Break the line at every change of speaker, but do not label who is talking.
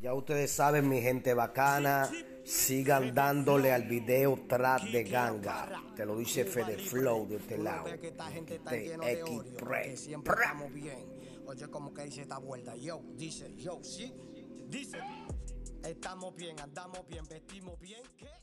Ya ustedes saben, mi gente bacana, sigan dándole al video Trap de Ganga. Te lo dice Fede Flow de este lado.
Tú ves que esta gente está
Este
lleno de
X
odio,
Pre.
que siempre
Pra.
estamos bien. Oye, como que dice esta vuelta, yo, dice, yo, sí, dice, estamos bien, andamos bien, vestimos bien, ¿qué?